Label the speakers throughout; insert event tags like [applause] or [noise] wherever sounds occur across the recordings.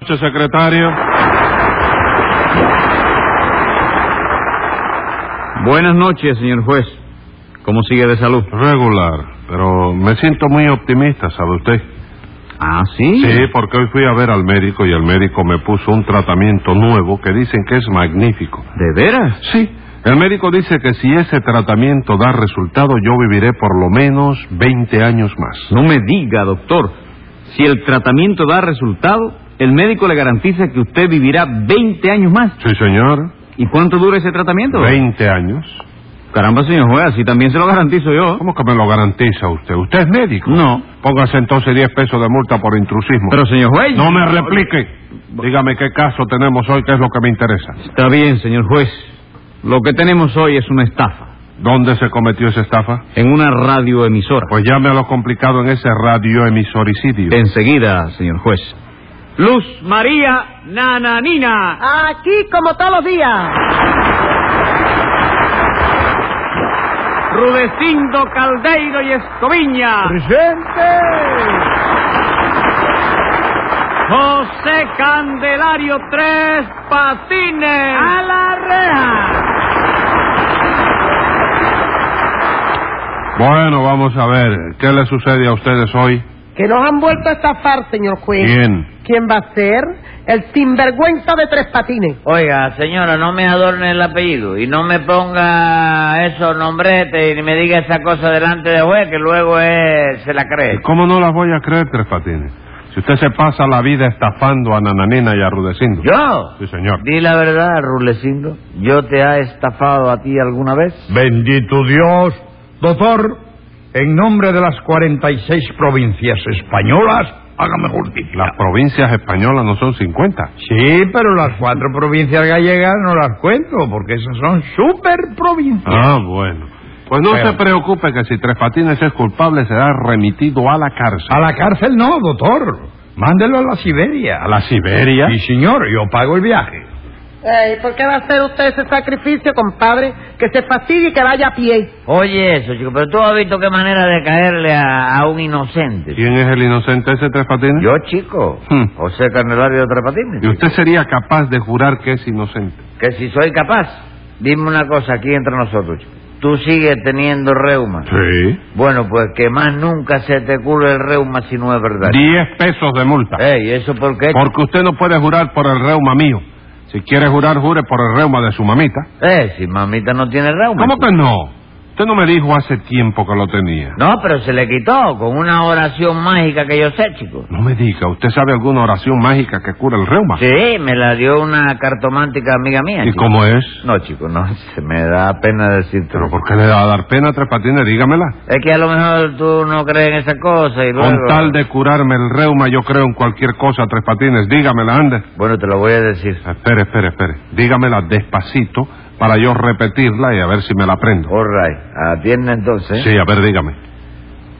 Speaker 1: noches, secretario.
Speaker 2: Buenas noches, señor juez. ¿Cómo sigue de salud?
Speaker 1: Regular, pero me siento muy optimista, ¿sabe usted?
Speaker 2: Ah, sí.
Speaker 1: Sí, porque hoy fui a ver al médico y el médico me puso un tratamiento nuevo que dicen que es magnífico.
Speaker 2: ¿De veras?
Speaker 1: Sí, el médico dice que si ese tratamiento da resultado, yo viviré por lo menos 20 años más.
Speaker 2: No me diga, doctor. Si el tratamiento da resultado, el médico le garantiza que usted vivirá 20 años más.
Speaker 1: Sí, señor.
Speaker 2: ¿Y cuánto dura ese tratamiento?
Speaker 1: 20 años.
Speaker 2: Caramba, señor juez, así también se lo garantizo yo.
Speaker 1: ¿Cómo que me lo garantiza usted? ¿Usted es médico?
Speaker 2: No.
Speaker 1: Póngase entonces 10 pesos de multa por intrusismo.
Speaker 2: Pero, señor juez...
Speaker 1: No me replique. Dígame qué caso tenemos hoy, que es lo que me interesa.
Speaker 2: Está bien, señor juez. Lo que tenemos hoy es una estafa.
Speaker 1: ¿Dónde se cometió esa estafa?
Speaker 2: En una radioemisora.
Speaker 1: Pues llame a lo complicado en ese radioemisoricidio.
Speaker 2: Enseguida, señor juez. Luz María Nananina.
Speaker 3: Aquí como todos los días.
Speaker 2: Rudecindo Caldeiro y Escoviña. ¡Presente! José Candelario Tres Patines. ¡A la reja!
Speaker 1: Bueno, vamos a ver. ¿Qué le sucede a ustedes hoy?
Speaker 3: Que nos han vuelto a estafar, señor juez.
Speaker 1: ¿Quién?
Speaker 3: ¿Quién va a ser? El sinvergüenza de tres patines.
Speaker 4: Oiga, señora, no me adorne el apellido y no me ponga esos nombretes y ni me diga esa cosa delante de juez que luego eh, se la cree.
Speaker 1: ¿Cómo no las voy a creer, Tres Patines? Si usted se pasa la vida estafando a Nananina y a Rudecindo.
Speaker 4: ¿Yo?
Speaker 1: Sí, señor.
Speaker 4: Di la verdad, Rulecindo. ¿Yo te ha estafado a ti alguna vez?
Speaker 5: Bendito Dios. Doctor, en nombre de las 46 provincias españolas, hágame justicia.
Speaker 1: Las provincias españolas no son 50.
Speaker 5: Sí, pero las cuatro provincias gallegas no las cuento, porque esas son super provincias.
Speaker 1: Ah, bueno. Pues no
Speaker 5: Pero-
Speaker 1: se preocupe que si Tres Patines es culpable será remitido a la cárcel.
Speaker 5: A la cárcel no, doctor. Mándelo a la Siberia.
Speaker 1: ¿A la Siberia?
Speaker 5: Sí, señor, yo pago el viaje.
Speaker 3: Ay, ¿Por qué va a hacer usted ese sacrificio, compadre? Que se fastidie y que vaya a pie.
Speaker 4: Oye, eso, chico, pero tú has visto qué manera de caerle a, a un inocente.
Speaker 1: ¿Quién es el inocente ese Tres Patines?
Speaker 4: Yo, chico,
Speaker 1: ¿eh? Hmm.
Speaker 4: José Candelario de Tres Patines.
Speaker 1: ¿Y usted sería capaz de jurar que es inocente?
Speaker 4: Que si soy capaz, dime una cosa aquí entre nosotros, chico. Tú sigues teniendo reuma.
Speaker 1: Sí.
Speaker 4: Bueno, pues que más nunca se te cure el reuma si no es verdad.
Speaker 1: Diez pesos de multa.
Speaker 4: Ey, ¿eso por qué?
Speaker 1: Porque usted no puede jurar por el reuma mío. Si quiere jurar, jure por el reuma de su mamita.
Speaker 4: Eh, si mamita no tiene reuma.
Speaker 1: ¿Cómo que no? Usted no me dijo hace tiempo que lo tenía.
Speaker 4: No, pero se le quitó con una oración mágica que yo sé, chico.
Speaker 1: No me diga, ¿usted sabe alguna oración mágica que cura el reuma?
Speaker 4: Sí, me la dio una cartomántica amiga mía.
Speaker 1: Ah. ¿Y
Speaker 4: chico.
Speaker 1: cómo es?
Speaker 4: No, chico, no, [laughs] se me da pena decirte.
Speaker 1: ¿Pero por qué le va a dar pena a Tres Patines? Dígamela.
Speaker 4: Es que a lo mejor tú no crees en esas cosas y luego...
Speaker 1: Con tal de curarme el reuma, yo creo en cualquier cosa, Tres Patines. Dígamela, ande.
Speaker 4: Bueno, te lo voy a decir.
Speaker 1: Espere, espere, espere. Dígamela despacito para yo repetirla y a ver si me la aprendo.
Speaker 4: All right, atiende entonces. ¿eh?
Speaker 1: Sí, a ver, dígame.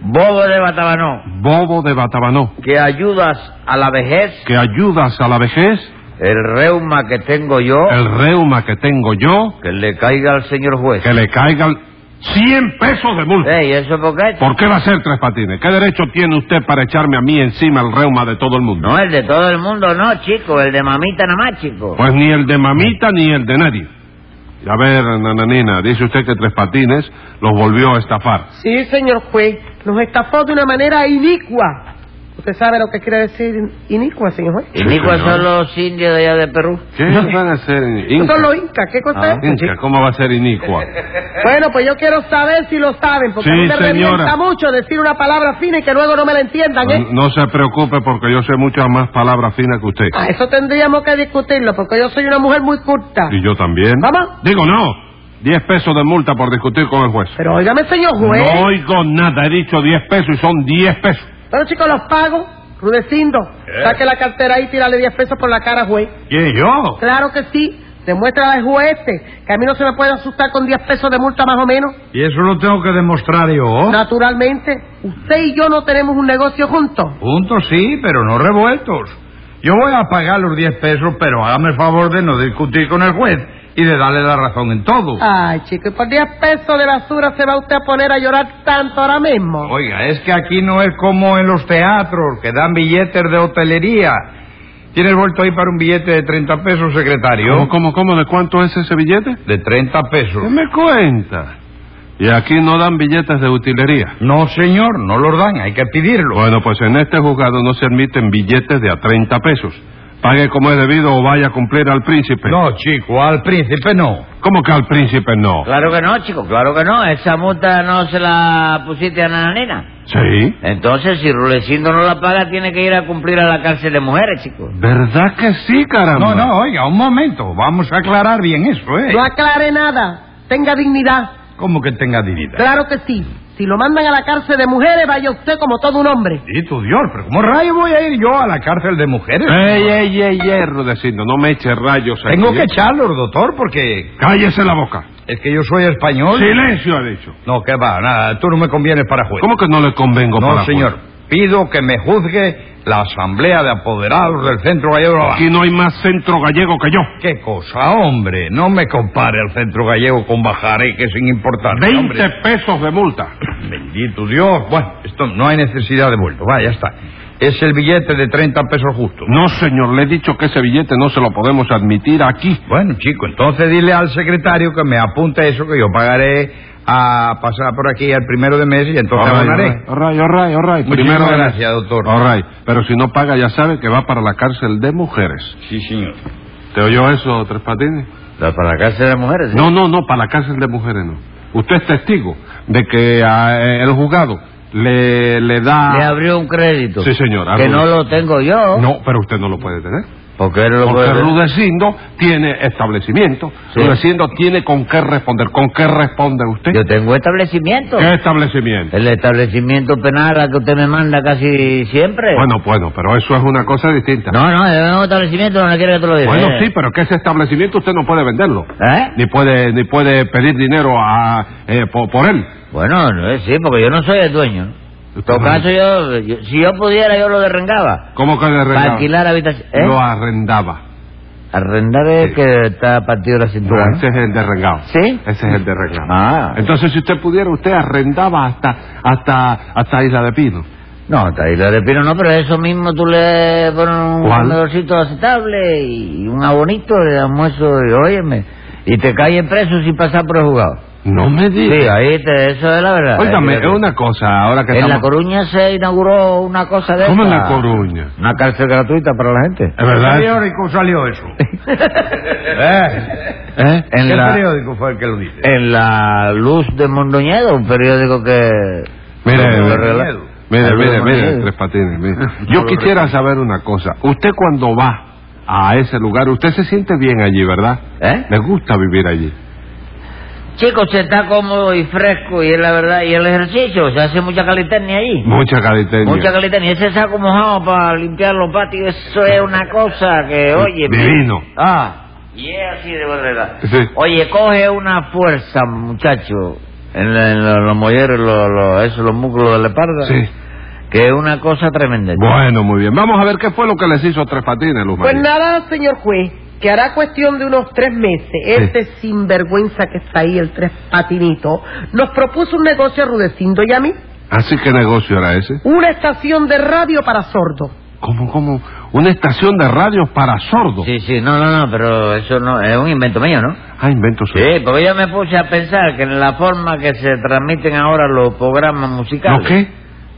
Speaker 4: Bobo de Batabanó,
Speaker 1: Bobo de Batabanó,
Speaker 4: que ayudas a la vejez,
Speaker 1: que ayudas a la vejez,
Speaker 4: el reuma que tengo yo,
Speaker 1: el reuma que tengo yo,
Speaker 4: que le caiga al señor juez.
Speaker 1: que le caigan 100 pesos de multa.
Speaker 4: Ey, ¿eso por qué?
Speaker 1: ¿Por qué va a ser tres patines? ¿Qué derecho tiene usted para echarme a mí encima el reuma de todo el mundo?
Speaker 4: No, el de todo el mundo no, chico, el de mamita nada más, chico.
Speaker 1: Pues ni el de mamita ni el de nadie. Y A ver, nananina, dice usted que tres patines los volvió a estafar.
Speaker 3: Sí, señor juez. Nos estafó de una manera inicua. ¿Usted sabe lo que quiere decir inicua, señor juez?
Speaker 4: Y
Speaker 1: Sí,
Speaker 4: Nico
Speaker 1: señor.
Speaker 4: son los indios de allá de Perú.
Speaker 1: ¿Qué van a hacer?
Speaker 3: Eso es lo inca. ¿Qué cosa
Speaker 4: Ah.
Speaker 3: es?
Speaker 1: Inca, ¿Cómo va a ser inicua?
Speaker 3: Bueno, pues yo quiero saber si lo saben, porque
Speaker 1: Sí,
Speaker 3: a mí me
Speaker 1: señora. Mm.
Speaker 3: revienta mucho decir una palabra fina y que luego no me la entiendan, ¿eh?
Speaker 1: No, no se preocupe porque yo sé muchas más palabras finas que usted.
Speaker 3: Ah, eso tendríamos que discutirlo, porque yo soy una mujer muy
Speaker 5: Ah.
Speaker 3: culta.
Speaker 1: ¿Y yo también?
Speaker 3: ¿Vamos?
Speaker 1: Digo, no. Diez pesos de multa por discutir con el juez.
Speaker 3: Pero óigame, señor juez.
Speaker 1: No oigo nada. He dicho diez pesos y son diez pesos.
Speaker 3: Bueno, chicos, los pago. Rudecindo, saque la cartera ahí y tírale 10 pesos por la cara, juez.
Speaker 1: ¿Quién, yo?
Speaker 3: Claro que sí. Demuestra al juez este que a mí no se me puede asustar con 10 pesos de multa más o menos.
Speaker 5: Y eso lo tengo que demostrar yo.
Speaker 3: Naturalmente, usted y yo no tenemos un negocio juntos.
Speaker 5: Juntos sí, pero no revueltos. Yo voy a pagar los 10 pesos, pero hágame el favor de no discutir con el juez y de darle la razón en todo.
Speaker 3: Ay, chico, y por 10 pesos de basura se va usted a poner a llorar tanto ahora mismo.
Speaker 5: Oiga, es que aquí no es como en los teatros, que dan billetes de hotelería. Tienes vuelto ahí para un billete de 30 pesos, secretario.
Speaker 1: ¿Cómo, cómo, cómo? ¿De cuánto es ese billete?
Speaker 5: De 30 pesos.
Speaker 1: ¿Qué me cuenta? Y aquí no dan billetes de utilería.
Speaker 5: No, señor, no los dan, hay que pedirlo.
Speaker 1: Bueno, pues en este juzgado no se admiten billetes de a 30 pesos. Pague como es debido o vaya a cumplir al príncipe.
Speaker 5: No, chico, al príncipe no.
Speaker 1: ¿Cómo que al príncipe no?
Speaker 4: Claro que no, chico, claro que no. Esa multa no se la pusiste a Nananina.
Speaker 1: Sí.
Speaker 4: Entonces, si Rulecindo no la paga, tiene que ir a cumplir a la cárcel de mujeres, chico.
Speaker 1: ¿Verdad que sí,
Speaker 5: No,
Speaker 1: caramba?
Speaker 5: no, oiga, un momento, vamos a aclarar bien eso, ¿eh?
Speaker 3: No aclare nada. Tenga dignidad.
Speaker 5: ¿Cómo que tenga dignidad?
Speaker 3: Claro que sí. Si lo mandan a la cárcel de mujeres, vaya usted como todo un hombre.
Speaker 5: Y tu Dios, pero ¿cómo rayo voy a ir yo a la cárcel de mujeres? Pues
Speaker 1: Ey, ey, ey, ey, Rudecindo, no me eche rayos aquí.
Speaker 5: Tengo que echarlos, doctor, porque
Speaker 1: Cállese la boca.
Speaker 5: es que yo soy español.
Speaker 1: Silencio, ha dicho.
Speaker 5: No, que va, nada, tú no me convienes para juez.
Speaker 1: ¿Cómo que no le convengo para
Speaker 5: No, señor, pido que me juzgue la asamblea de apoderados del Centro Gallego. de
Speaker 1: juez?
Speaker 5: Navarra.
Speaker 1: Aquí no hay más centro gallego que yo.
Speaker 5: ¿Qué cosa, hombre? No me compare el Centro Gallego con Bajaré, que es sin importancia, Ah, hombre.
Speaker 1: Veinte pesos de multa.
Speaker 5: Bendito Dios. Bueno, esto no hay necesidad de vuelto. Va, ya está. Es el billete de 30 pesos justo.
Speaker 1: No, señor, le he dicho que ese billete no se lo podemos admitir aquí.
Speaker 5: Bueno, chico, entonces dile al secretario que me apunte eso, que yo pagaré a pasar por aquí el primero de mes y entonces
Speaker 1: All right,
Speaker 5: abonaré.
Speaker 1: all right, all right, all right.
Speaker 5: Muchísimas
Speaker 1: Primero de mes.
Speaker 5: gracias, doctor.
Speaker 1: All right. Pero si no paga, ya sabe que va para la cárcel de mujeres.
Speaker 5: Sí, señor.
Speaker 1: ¿Te oyó eso, Tres Patines?
Speaker 4: ¿La para la cárcel de mujeres?
Speaker 1: No, no, no, para la cárcel de mujeres no. Usted es testigo de que ah, eh, el juzgado le, le da...
Speaker 4: Le abrió un crédito.
Speaker 1: Ah. Sí, señor,
Speaker 4: Que
Speaker 1: abrió.
Speaker 4: no lo tengo yo.
Speaker 1: No, pero usted no lo puede tener.
Speaker 4: Porque él lo
Speaker 1: Porque
Speaker 4: puede-
Speaker 1: Rudecindo tiene establecimiento.
Speaker 4: Sí.
Speaker 1: Rudecindo tiene con qué responder. ¿Con qué responde usted?
Speaker 4: Yo tengo establecimiento.
Speaker 1: ¿Qué establecimiento?
Speaker 4: El establecimiento penal al que usted me manda casi siempre.
Speaker 1: Bueno, bueno, pero eso es una cosa distinta.
Speaker 4: Eh. No, eh. no, yo tengo establecimiento donde quiera que te lo diga.
Speaker 1: bueno, sí, pero que ese establecimiento usted no puede venderlo.
Speaker 4: ¿Eh?
Speaker 1: Ni puede ni puede pedir dinero a, eh, po- por, él.
Speaker 4: Bueno, no es- sí, porque yo no soy el dueño. En todo caso, yo, yo- si yo pudiera, yo lo derrengaba.
Speaker 1: ¿Cómo que le
Speaker 4: Para
Speaker 1: arrendaba?
Speaker 4: alquilar habitación. ¿eh?
Speaker 1: Lo arrendaba.
Speaker 4: Arrendar es
Speaker 1: Sí.
Speaker 4: que está partido la
Speaker 1: No,
Speaker 4: cintura. ¿no?
Speaker 1: ese es el derrengado.
Speaker 4: ¿Sí?
Speaker 1: Ese es el derrengado.
Speaker 4: Ah.
Speaker 1: Entonces, si usted pudiera, usted arrendaba hasta hasta hasta Isla de Pino.
Speaker 4: No, está ahí la de Pino no, pero eso mismo tú le pones un
Speaker 1: ¿Cuál?
Speaker 4: comedorcito aceptable y un abonito de almuerzo y óyeme, y te caes preso sin pasar por el juzgado.
Speaker 1: No me
Speaker 4: Sí,
Speaker 1: diga.
Speaker 4: ahí te, eso es la verdad.
Speaker 1: Óigame,
Speaker 4: Eh,
Speaker 1: es una cosa, ahora que
Speaker 4: En La
Speaker 1: estamos...
Speaker 4: Coruña se inauguró una cosa de
Speaker 1: ¿Cómo en
Speaker 4: esta.
Speaker 1: La Coruña?
Speaker 4: Una cárcel gratuita para la gente.
Speaker 1: ¿Es verdad?
Speaker 5: ¿Qué periódico
Speaker 1: [laughs]
Speaker 5: salió eso? ¿Eh?
Speaker 4: ¿Eh?
Speaker 5: ¿Qué
Speaker 4: En, la,
Speaker 5: periódico fue el que lo dice?
Speaker 4: en la Luz de Mondoñedo, un periódico que...
Speaker 1: Mire,
Speaker 4: que lo
Speaker 1: mire,
Speaker 4: regla-
Speaker 1: Mire,
Speaker 4: Algo
Speaker 1: mire, mire,
Speaker 4: Mondoñedo.
Speaker 1: Tres Patines,
Speaker 4: [laughs]
Speaker 1: mire. Yo quisiera saber una cosa. Usted cuando va a ese lugar, usted se siente bien allí, ¿verdad?
Speaker 4: ¿Eh?
Speaker 1: ¿Le gusta vivir allí?
Speaker 4: Chicos, se está cómodo y fresco y es la verdad, y el ejercicio, se hace mucha calistenia ahí.
Speaker 1: Mucha caliteña.
Speaker 4: Mucha calistenia, ese saco mojado para limpiar los patios, eso es una cosa que, oye...
Speaker 1: Divino.
Speaker 4: Ah, y es así de verdad.
Speaker 1: Sí.
Speaker 4: Oye, coge una fuerza, muchacho, en, la- en la- los molleros, los, los- eso, los músculos de la espalda,
Speaker 1: Sí.
Speaker 4: que es una cosa tremenda.
Speaker 1: Bueno, muy bien. Vamos a ver qué fue lo que les hizo a Tres Patines, Luz
Speaker 3: Pues
Speaker 1: María.
Speaker 3: nada, señor juez, que hará cuestión de unos tres meses, este sinvergüenza que está ahí, el tres patinito, nos propuso un negocio a Rudecindo y a mí,
Speaker 1: Así que negocio era ese.
Speaker 3: una estación de radio para sordos.
Speaker 1: ¿Cómo, cómo? Una estación de radio para sordos.
Speaker 4: Sí, sí, no, no, no, pero eso no es un invento mío, ¿no?
Speaker 1: Ah, invento suyo.
Speaker 4: Sí, porque yo me puse a pensar que en la forma que se transmiten ahora los programas musicales.
Speaker 1: ¿No qué?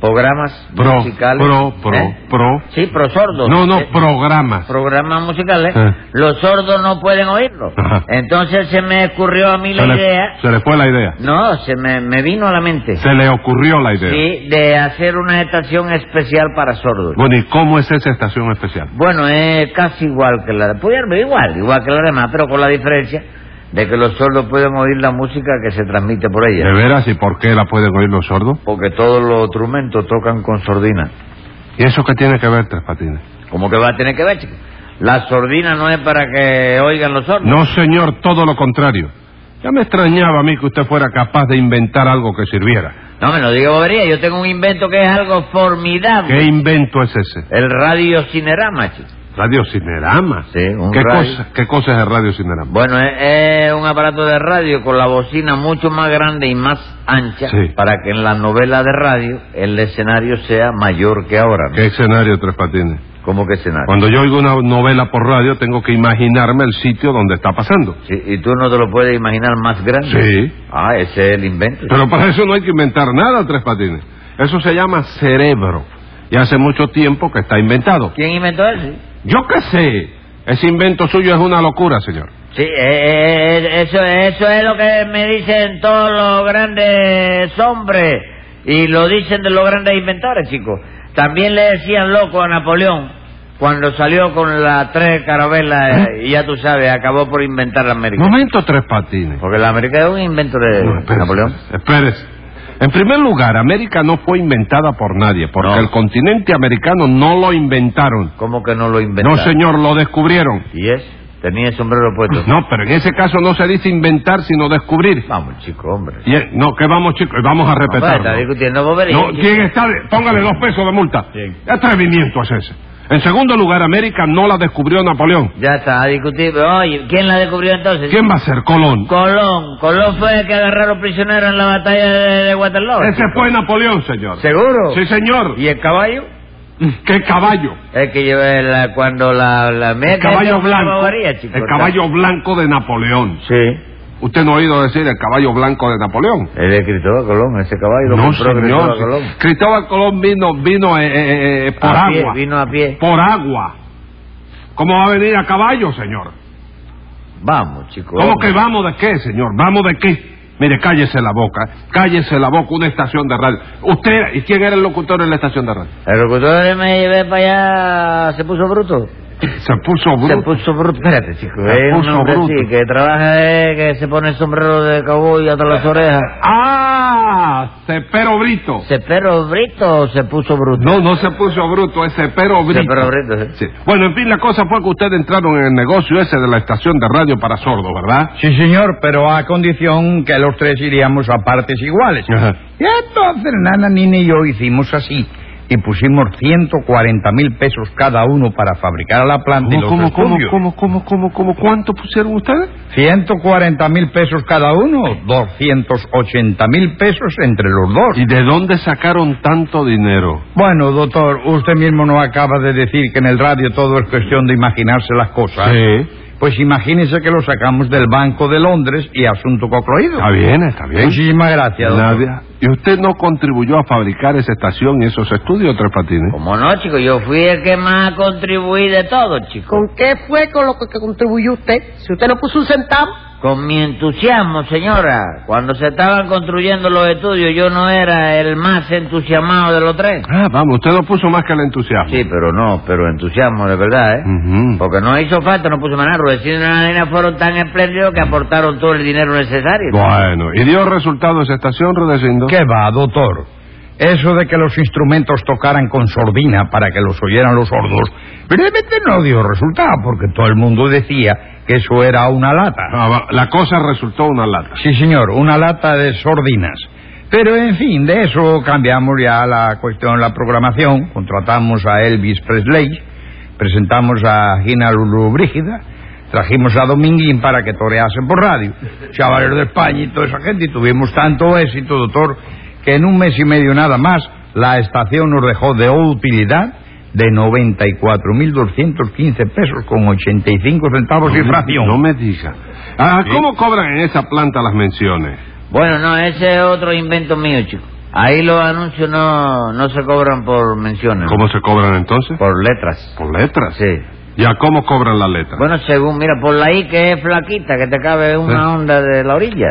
Speaker 4: Programas
Speaker 1: Pro,
Speaker 4: musicales.
Speaker 1: pro, pro,
Speaker 4: ¿eh?
Speaker 1: pro.
Speaker 4: Sí, pro sordos.
Speaker 1: No, no,
Speaker 4: Eh,
Speaker 1: programas.
Speaker 4: programas musicales.
Speaker 1: Eh.
Speaker 4: Los sordos no pueden oírlo.
Speaker 1: Ajá.
Speaker 4: Entonces se me ocurrió a mí
Speaker 1: Se le,
Speaker 4: la idea.
Speaker 1: se le fue la idea.
Speaker 4: No, se me, me vino a la mente.
Speaker 1: Se le ocurrió la idea.
Speaker 4: Sí, de hacer una estación especial para sordos.
Speaker 1: Bueno, ¿y cómo es esa estación especial?
Speaker 4: Bueno, es casi igual que la... Pudiera igual, igual que la demás, pero con la diferencia de que los sordos pueden oír la música que se transmite por
Speaker 1: ¿De
Speaker 4: ella.
Speaker 1: veras? ¿Y por qué la pueden oír los sordos?
Speaker 4: Porque todos los instrumentos tocan con sordina.
Speaker 1: ¿Y eso qué tiene que ver, Tres Patines?
Speaker 4: ¿Cómo que va a tener que ver, chico? La sordina no es para que oigan los sordos.
Speaker 1: No, señor, todo lo contrario. Ya me extrañaba a mí que usted fuera capaz de inventar algo que sirviera.
Speaker 4: No me lo diga bobería, yo tengo un invento que es algo formidable.
Speaker 1: ¿Qué invento es ese?
Speaker 4: El radio cinerama, chico.
Speaker 1: Radio Cinerama.
Speaker 4: Sí, un
Speaker 1: ¿Qué,
Speaker 4: radio.
Speaker 1: Cosa, ¿Qué cosa es el Radio Cinerama?
Speaker 4: Bueno, es, es un aparato de radio con la bocina mucho más grande y más ancha
Speaker 1: Sí.
Speaker 4: para que en la novela de radio el escenario sea mayor que ahora. ¿no?
Speaker 1: ¿Qué escenario, Tres Patines?
Speaker 4: ¿Cómo que escenario?
Speaker 1: Cuando yo oigo una novela por radio, tengo que imaginarme el sitio donde está pasando.
Speaker 4: Sí, ¿Y tú no te lo puedes imaginar más grande?
Speaker 1: Sí.
Speaker 4: Ah, ese es el invento.
Speaker 1: Pero para eso no hay que inventar nada, Tres Patines. Eso se llama cerebro. Y hace mucho tiempo que está inventado.
Speaker 4: ¿Quién inventó ese?
Speaker 1: Yo qué sé. Ese invento suyo es una locura, señor.
Speaker 4: Sí, eh, eh, eh, eso, eso es lo que me dicen todos los grandes hombres y lo dicen de los grandes inventores, chicos. También le decían loco a Napoleón cuando salió con las tres carabelas eh, y ya tú sabes, acabó por inventar la América.
Speaker 1: Momento, Tres Patines.
Speaker 4: Porque la América es un invento de
Speaker 1: No, espérese,
Speaker 4: Napoleón.
Speaker 1: espérese. En primer lugar, América no fue inventada por nadie, porque
Speaker 4: No.
Speaker 1: el continente americano no lo inventaron.
Speaker 4: ¿Cómo que no lo inventó?
Speaker 1: No, señor, lo descubrieron.
Speaker 4: ¿Y es? Tenía el sombrero puesto.
Speaker 1: No, pero en ese caso no se dice inventar, sino descubrir.
Speaker 4: Vamos, chico, hombre.
Speaker 1: Y, eh, no, que vamos, chicos, vamos a
Speaker 4: Hombre, está
Speaker 1: repetirlo.
Speaker 4: discutiendo bobería.
Speaker 1: No, ¿quién está? Póngale dos pesos de multa.
Speaker 4: Bien.
Speaker 1: ¿Qué atrevimiento es ese? En segundo lugar, América no la descubrió Napoleón.
Speaker 4: Ya está, a discutir. pero, Oye, ¿quién la descubrió entonces?
Speaker 1: ¿Quién va a ser Colón?
Speaker 4: Colón. Colón fue el que agarraron prisionero en la batalla de, de Waterloo.
Speaker 1: Ese fue Napoleón, señor.
Speaker 4: ¿Seguro?
Speaker 1: Sí, señor.
Speaker 4: ¿Y el caballo?
Speaker 1: ¿Qué caballo?
Speaker 4: Es que yo eh, la- cuando la... la
Speaker 1: El caballo blanco.
Speaker 4: chico,
Speaker 1: El caballo blanco de Napoleón.
Speaker 4: Sí.
Speaker 1: ¿Usted no ha oído decir el caballo blanco de Napoleón?
Speaker 4: El de Cristóbal Colón, ese caballo lo
Speaker 1: No,
Speaker 4: compró Cristóbal
Speaker 1: señor.
Speaker 4: Colón.
Speaker 1: Cristóbal Colón vino, vino eh, eh, eh, por
Speaker 4: A pie,
Speaker 1: agua.
Speaker 4: vino a pie.
Speaker 1: Por agua. ¿Cómo va a venir a caballo, señor?
Speaker 4: Vamos, chico.
Speaker 1: ¿Cómo
Speaker 4: hombre.
Speaker 1: que vamos de qué, señor? ¿Vamos de qué? Mire, cállese la boca, cállese la boca, una estación de radio. ¿Usted era- y quién era el locutor en la estación de radio?
Speaker 4: El locutor me llevé para allá, se puso bruto.
Speaker 1: Se puso
Speaker 4: Se
Speaker 1: bruto.
Speaker 4: puso bruto, espérate, chico.
Speaker 1: Se
Speaker 4: es un
Speaker 1: puso
Speaker 4: hombre
Speaker 1: bruto.
Speaker 4: así, que trabaja, eh, que se pone el sombrero de cowboy hasta las orejas.
Speaker 1: ¡Ah! Cepero Brito.
Speaker 4: ¿Se pero brito o se puso bruto?
Speaker 1: No, no se puso bruto, es Cepero Brito.
Speaker 4: Cepero Brito, sí.
Speaker 1: Bueno, en fin, la cosa fue que ustedes entraron en el negocio ese de la estación de radio para sordos, ¿verdad?
Speaker 5: Sí, señor, pero a condición que los tres iríamos a partes iguales.
Speaker 1: Ajá.
Speaker 5: Y entonces Nana, Nina y yo hicimos así. Y pusimos 140 mil pesos cada uno para fabricar la planta y los
Speaker 1: ¿Cómo, cómo,
Speaker 5: estudios.
Speaker 1: cómo, cómo, cómo, cómo? ¿Cuánto pusieron ustedes?
Speaker 5: 140 mil pesos cada uno, 280 mil pesos entre los dos.
Speaker 1: ¿Y de dónde sacaron tanto dinero?
Speaker 5: Bueno, doctor, usted mismo no acaba de decir que en el radio todo es cuestión de imaginarse las cosas. Pues imagínese que lo sacamos del Banco de Londres y asunto concluido.
Speaker 1: Está bien, está bien.
Speaker 5: Muchísimas gracias, doctor.
Speaker 1: Nadia, ¿y usted no contribuyó a fabricar esa estación y esos estudios, Tres Patines?
Speaker 4: Como no, chico, yo fui el que más contribuí de todo, chico.
Speaker 3: ¿Con qué fue con lo que que contribuyó usted? Si usted no puso un centavo,
Speaker 4: Con mi entusiasmo, señora. Cuando se estaban construyendo los estudios, yo no era el más entusiasmado de los tres.
Speaker 1: Ah, vamos, usted no puso más que el entusiasmo.
Speaker 4: Sí, pero no, pero entusiasmo de verdad, ¿eh?
Speaker 1: Ujú.
Speaker 4: Porque no hizo falta, no puso maná. Rudecindo y Nananina fueron tan espléndidos que aportaron todo el dinero necesario.
Speaker 1: Bueno, ¿y dio resultado esa estación, Rudecindo?
Speaker 5: ¿Qué va, doctor? Eso de que los instrumentos tocaran con sordina para que los oyeran los sordos, brevemente no dio resultado, porque todo el mundo decía que eso era una lata.
Speaker 1: Ah, va- la cosa resultó una lata.
Speaker 5: Sí, señor, una lata de sordinas. Pero, en fin, de eso cambiamos ya la cuestión, la programación. Contratamos a Elvis Presley, presentamos a Gina Lulu Brígida, trajimos a Dominguín para que torease por radio. Chavales de España y toda esa gente, y tuvimos tanto éxito, doctor, que en un mes y medio nada más la estación nos dejó de utilidad de 94.215 pesos con 85 centavos y fracción.
Speaker 1: No me diga. Ah,
Speaker 5: Sí.
Speaker 1: ¿Cómo cobran en esa planta las menciones?
Speaker 4: Bueno, no, ese es otro invento mío, chico. Ahí los anuncios no, no se cobran por menciones.
Speaker 1: ¿Cómo se cobran entonces?
Speaker 4: Por letras.
Speaker 1: Por letras.
Speaker 4: Sí.
Speaker 1: ¿Y a cómo cobran las letras?
Speaker 4: Bueno, según, mira, por la I que es flaquita, que te cabe una onda de la orilla.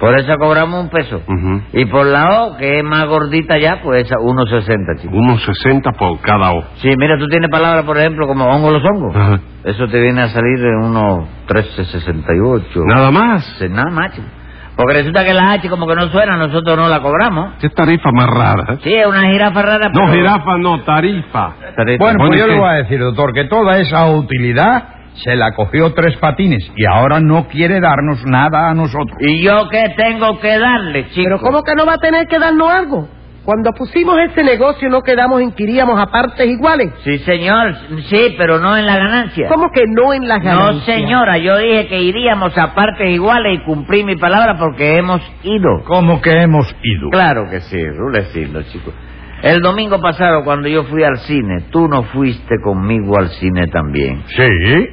Speaker 4: Por esa cobramos un peso.
Speaker 1: Ujú.
Speaker 4: Y por la O, que es más gordita ya, pues esa 1.60, chico.
Speaker 1: Unos 60 por cada O.
Speaker 4: Sí, mira, tú tienes palabras, por ejemplo, como hongo los hongos.
Speaker 1: Ajá.
Speaker 4: Eso te viene a salir de unos 13.68.
Speaker 1: Nada más.
Speaker 4: Sí, Nada más, chico. Porque resulta que las H como que no suenan, nosotros no la cobramos.
Speaker 1: Qué tarifa más rara. ¿eh?
Speaker 4: Sí, es una jirafa rara.
Speaker 1: No,
Speaker 4: pero-
Speaker 1: jirafa no, tarifa.
Speaker 4: Tarifa.
Speaker 5: Bueno, pues
Speaker 1: Bueno,
Speaker 5: yo
Speaker 1: ¿y
Speaker 5: le
Speaker 1: qué?
Speaker 5: voy a decir, doctor, que toda esa utilidad se la cogió tres patines y ahora no quiere darnos nada a nosotros.
Speaker 4: ¿Y yo qué tengo que darle, chico?
Speaker 3: pero ¿cómo que no va a tener que darnos algo? Cuando pusimos ese negocio no quedamos inquiríamos a partes iguales.
Speaker 4: Sí, señor. Sí, pero no en la ganancia.
Speaker 3: ¿Cómo que no en las
Speaker 4: No,
Speaker 3: ganancias?
Speaker 4: señora, yo dije que iríamos a partes iguales y cumplí mi palabra porque hemos ido.
Speaker 5: ¿Cómo que hemos ido?
Speaker 4: Claro que sí, Rudecindo, chico. El domingo pasado, cuando yo fui al cine, tú no fuiste conmigo al cine también.
Speaker 5: Sí.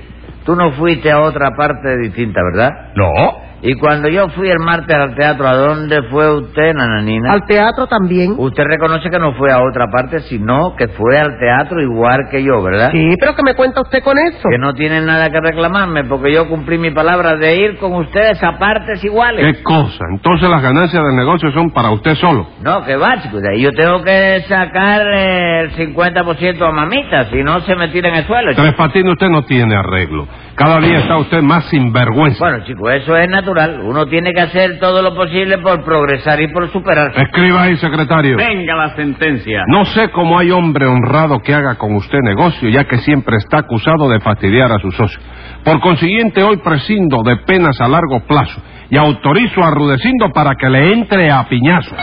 Speaker 4: Tú no fuiste a otra parte distinta, ¿verdad?
Speaker 5: No.
Speaker 4: Y cuando yo fui el martes al teatro, ¿a dónde fue usted, Nananina?
Speaker 3: Al teatro también.
Speaker 4: Usted reconoce que no fue a otra parte, sino que fue al teatro igual que yo, ¿verdad?
Speaker 3: Sí, pero que me cuenta usted con eso.
Speaker 4: Que no tienen nada que reclamarme, porque yo cumplí mi palabra de ir con ustedes a partes iguales.
Speaker 1: ¿Qué cosa? Entonces las ganancias del negocio son para usted solo.
Speaker 4: No, que va, chico, de ahí yo tengo que sacar eh, el 50% a mamita, si no se me tira en el suelo. chico.
Speaker 1: Tres Patines usted no tiene arreglo. Cada día está usted más sinvergüenza.
Speaker 4: Bueno, chico, eso es natural. Uno tiene que hacer todo lo posible por progresar y por superarse.
Speaker 1: Escriba ahí, secretario.
Speaker 2: Venga la sentencia.
Speaker 1: No sé cómo hay hombre honrado que haga con usted negocio, ya que siempre está acusado de fastidiar a su socio. Por consiguiente, hoy prescindo de penas a largo plazo y autorizo a Rudecindo para que le entre a piñazo.